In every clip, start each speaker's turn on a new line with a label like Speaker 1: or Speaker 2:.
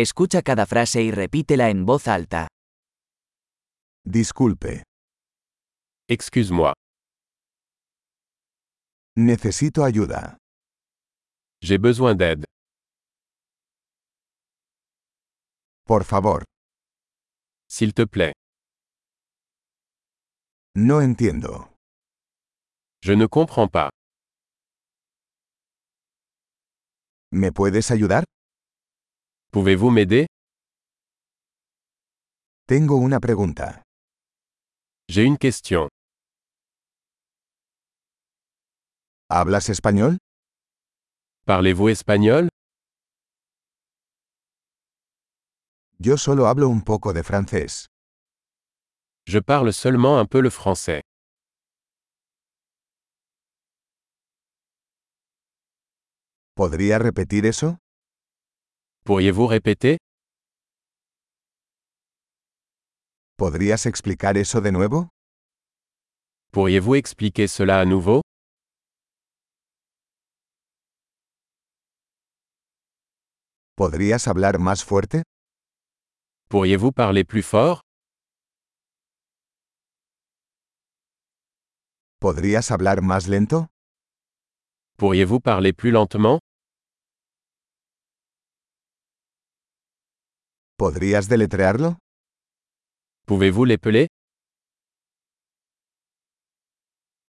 Speaker 1: Escucha cada frase y repítela en voz alta.
Speaker 2: Disculpe,
Speaker 3: Excuse-moi,
Speaker 2: necesito ayuda.
Speaker 3: j'ai besoin d'aide.
Speaker 2: Por favor,
Speaker 3: S'il te plaît,
Speaker 2: no entiendo.
Speaker 3: je ne comprends pas.
Speaker 2: ¿Me puedes ayudar?
Speaker 3: Pouvez-vous m'aider
Speaker 2: Tengo una pregunta.
Speaker 3: J'ai une question.
Speaker 2: ¿Hablas español?
Speaker 3: Parlez-vous espagnol
Speaker 2: Yo solo hablo un poco de francés.
Speaker 3: Je parle seulement un peu le français.
Speaker 2: ¿Podría repetir eso?
Speaker 3: Pourriez-vous répéter
Speaker 2: ¿Podrías explicar eso de nuevo?
Speaker 3: Pourriez-vous expliquer cela à nouveau
Speaker 2: ¿Podrías hablar más fuerte?
Speaker 3: Pourriez-vous parler plus fort
Speaker 2: ¿Podrías hablar más lento?
Speaker 3: Pourriez-vous parler plus lentement
Speaker 2: ¿Podrías deletrearlo?
Speaker 3: Pouvez-vous l'épeler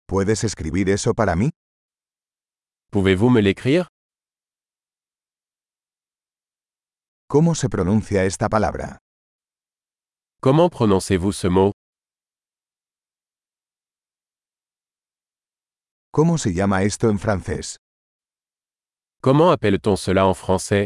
Speaker 2: ¿Puedes escribir eso para mí?
Speaker 3: Pouvez-vous me l'écrire
Speaker 2: ¿Cómo se pronuncia esta palabra?
Speaker 3: Comment prononcez-vous ce mot
Speaker 2: ¿Cómo se llama esto en francés?
Speaker 3: Comment appelle-t-on cela en français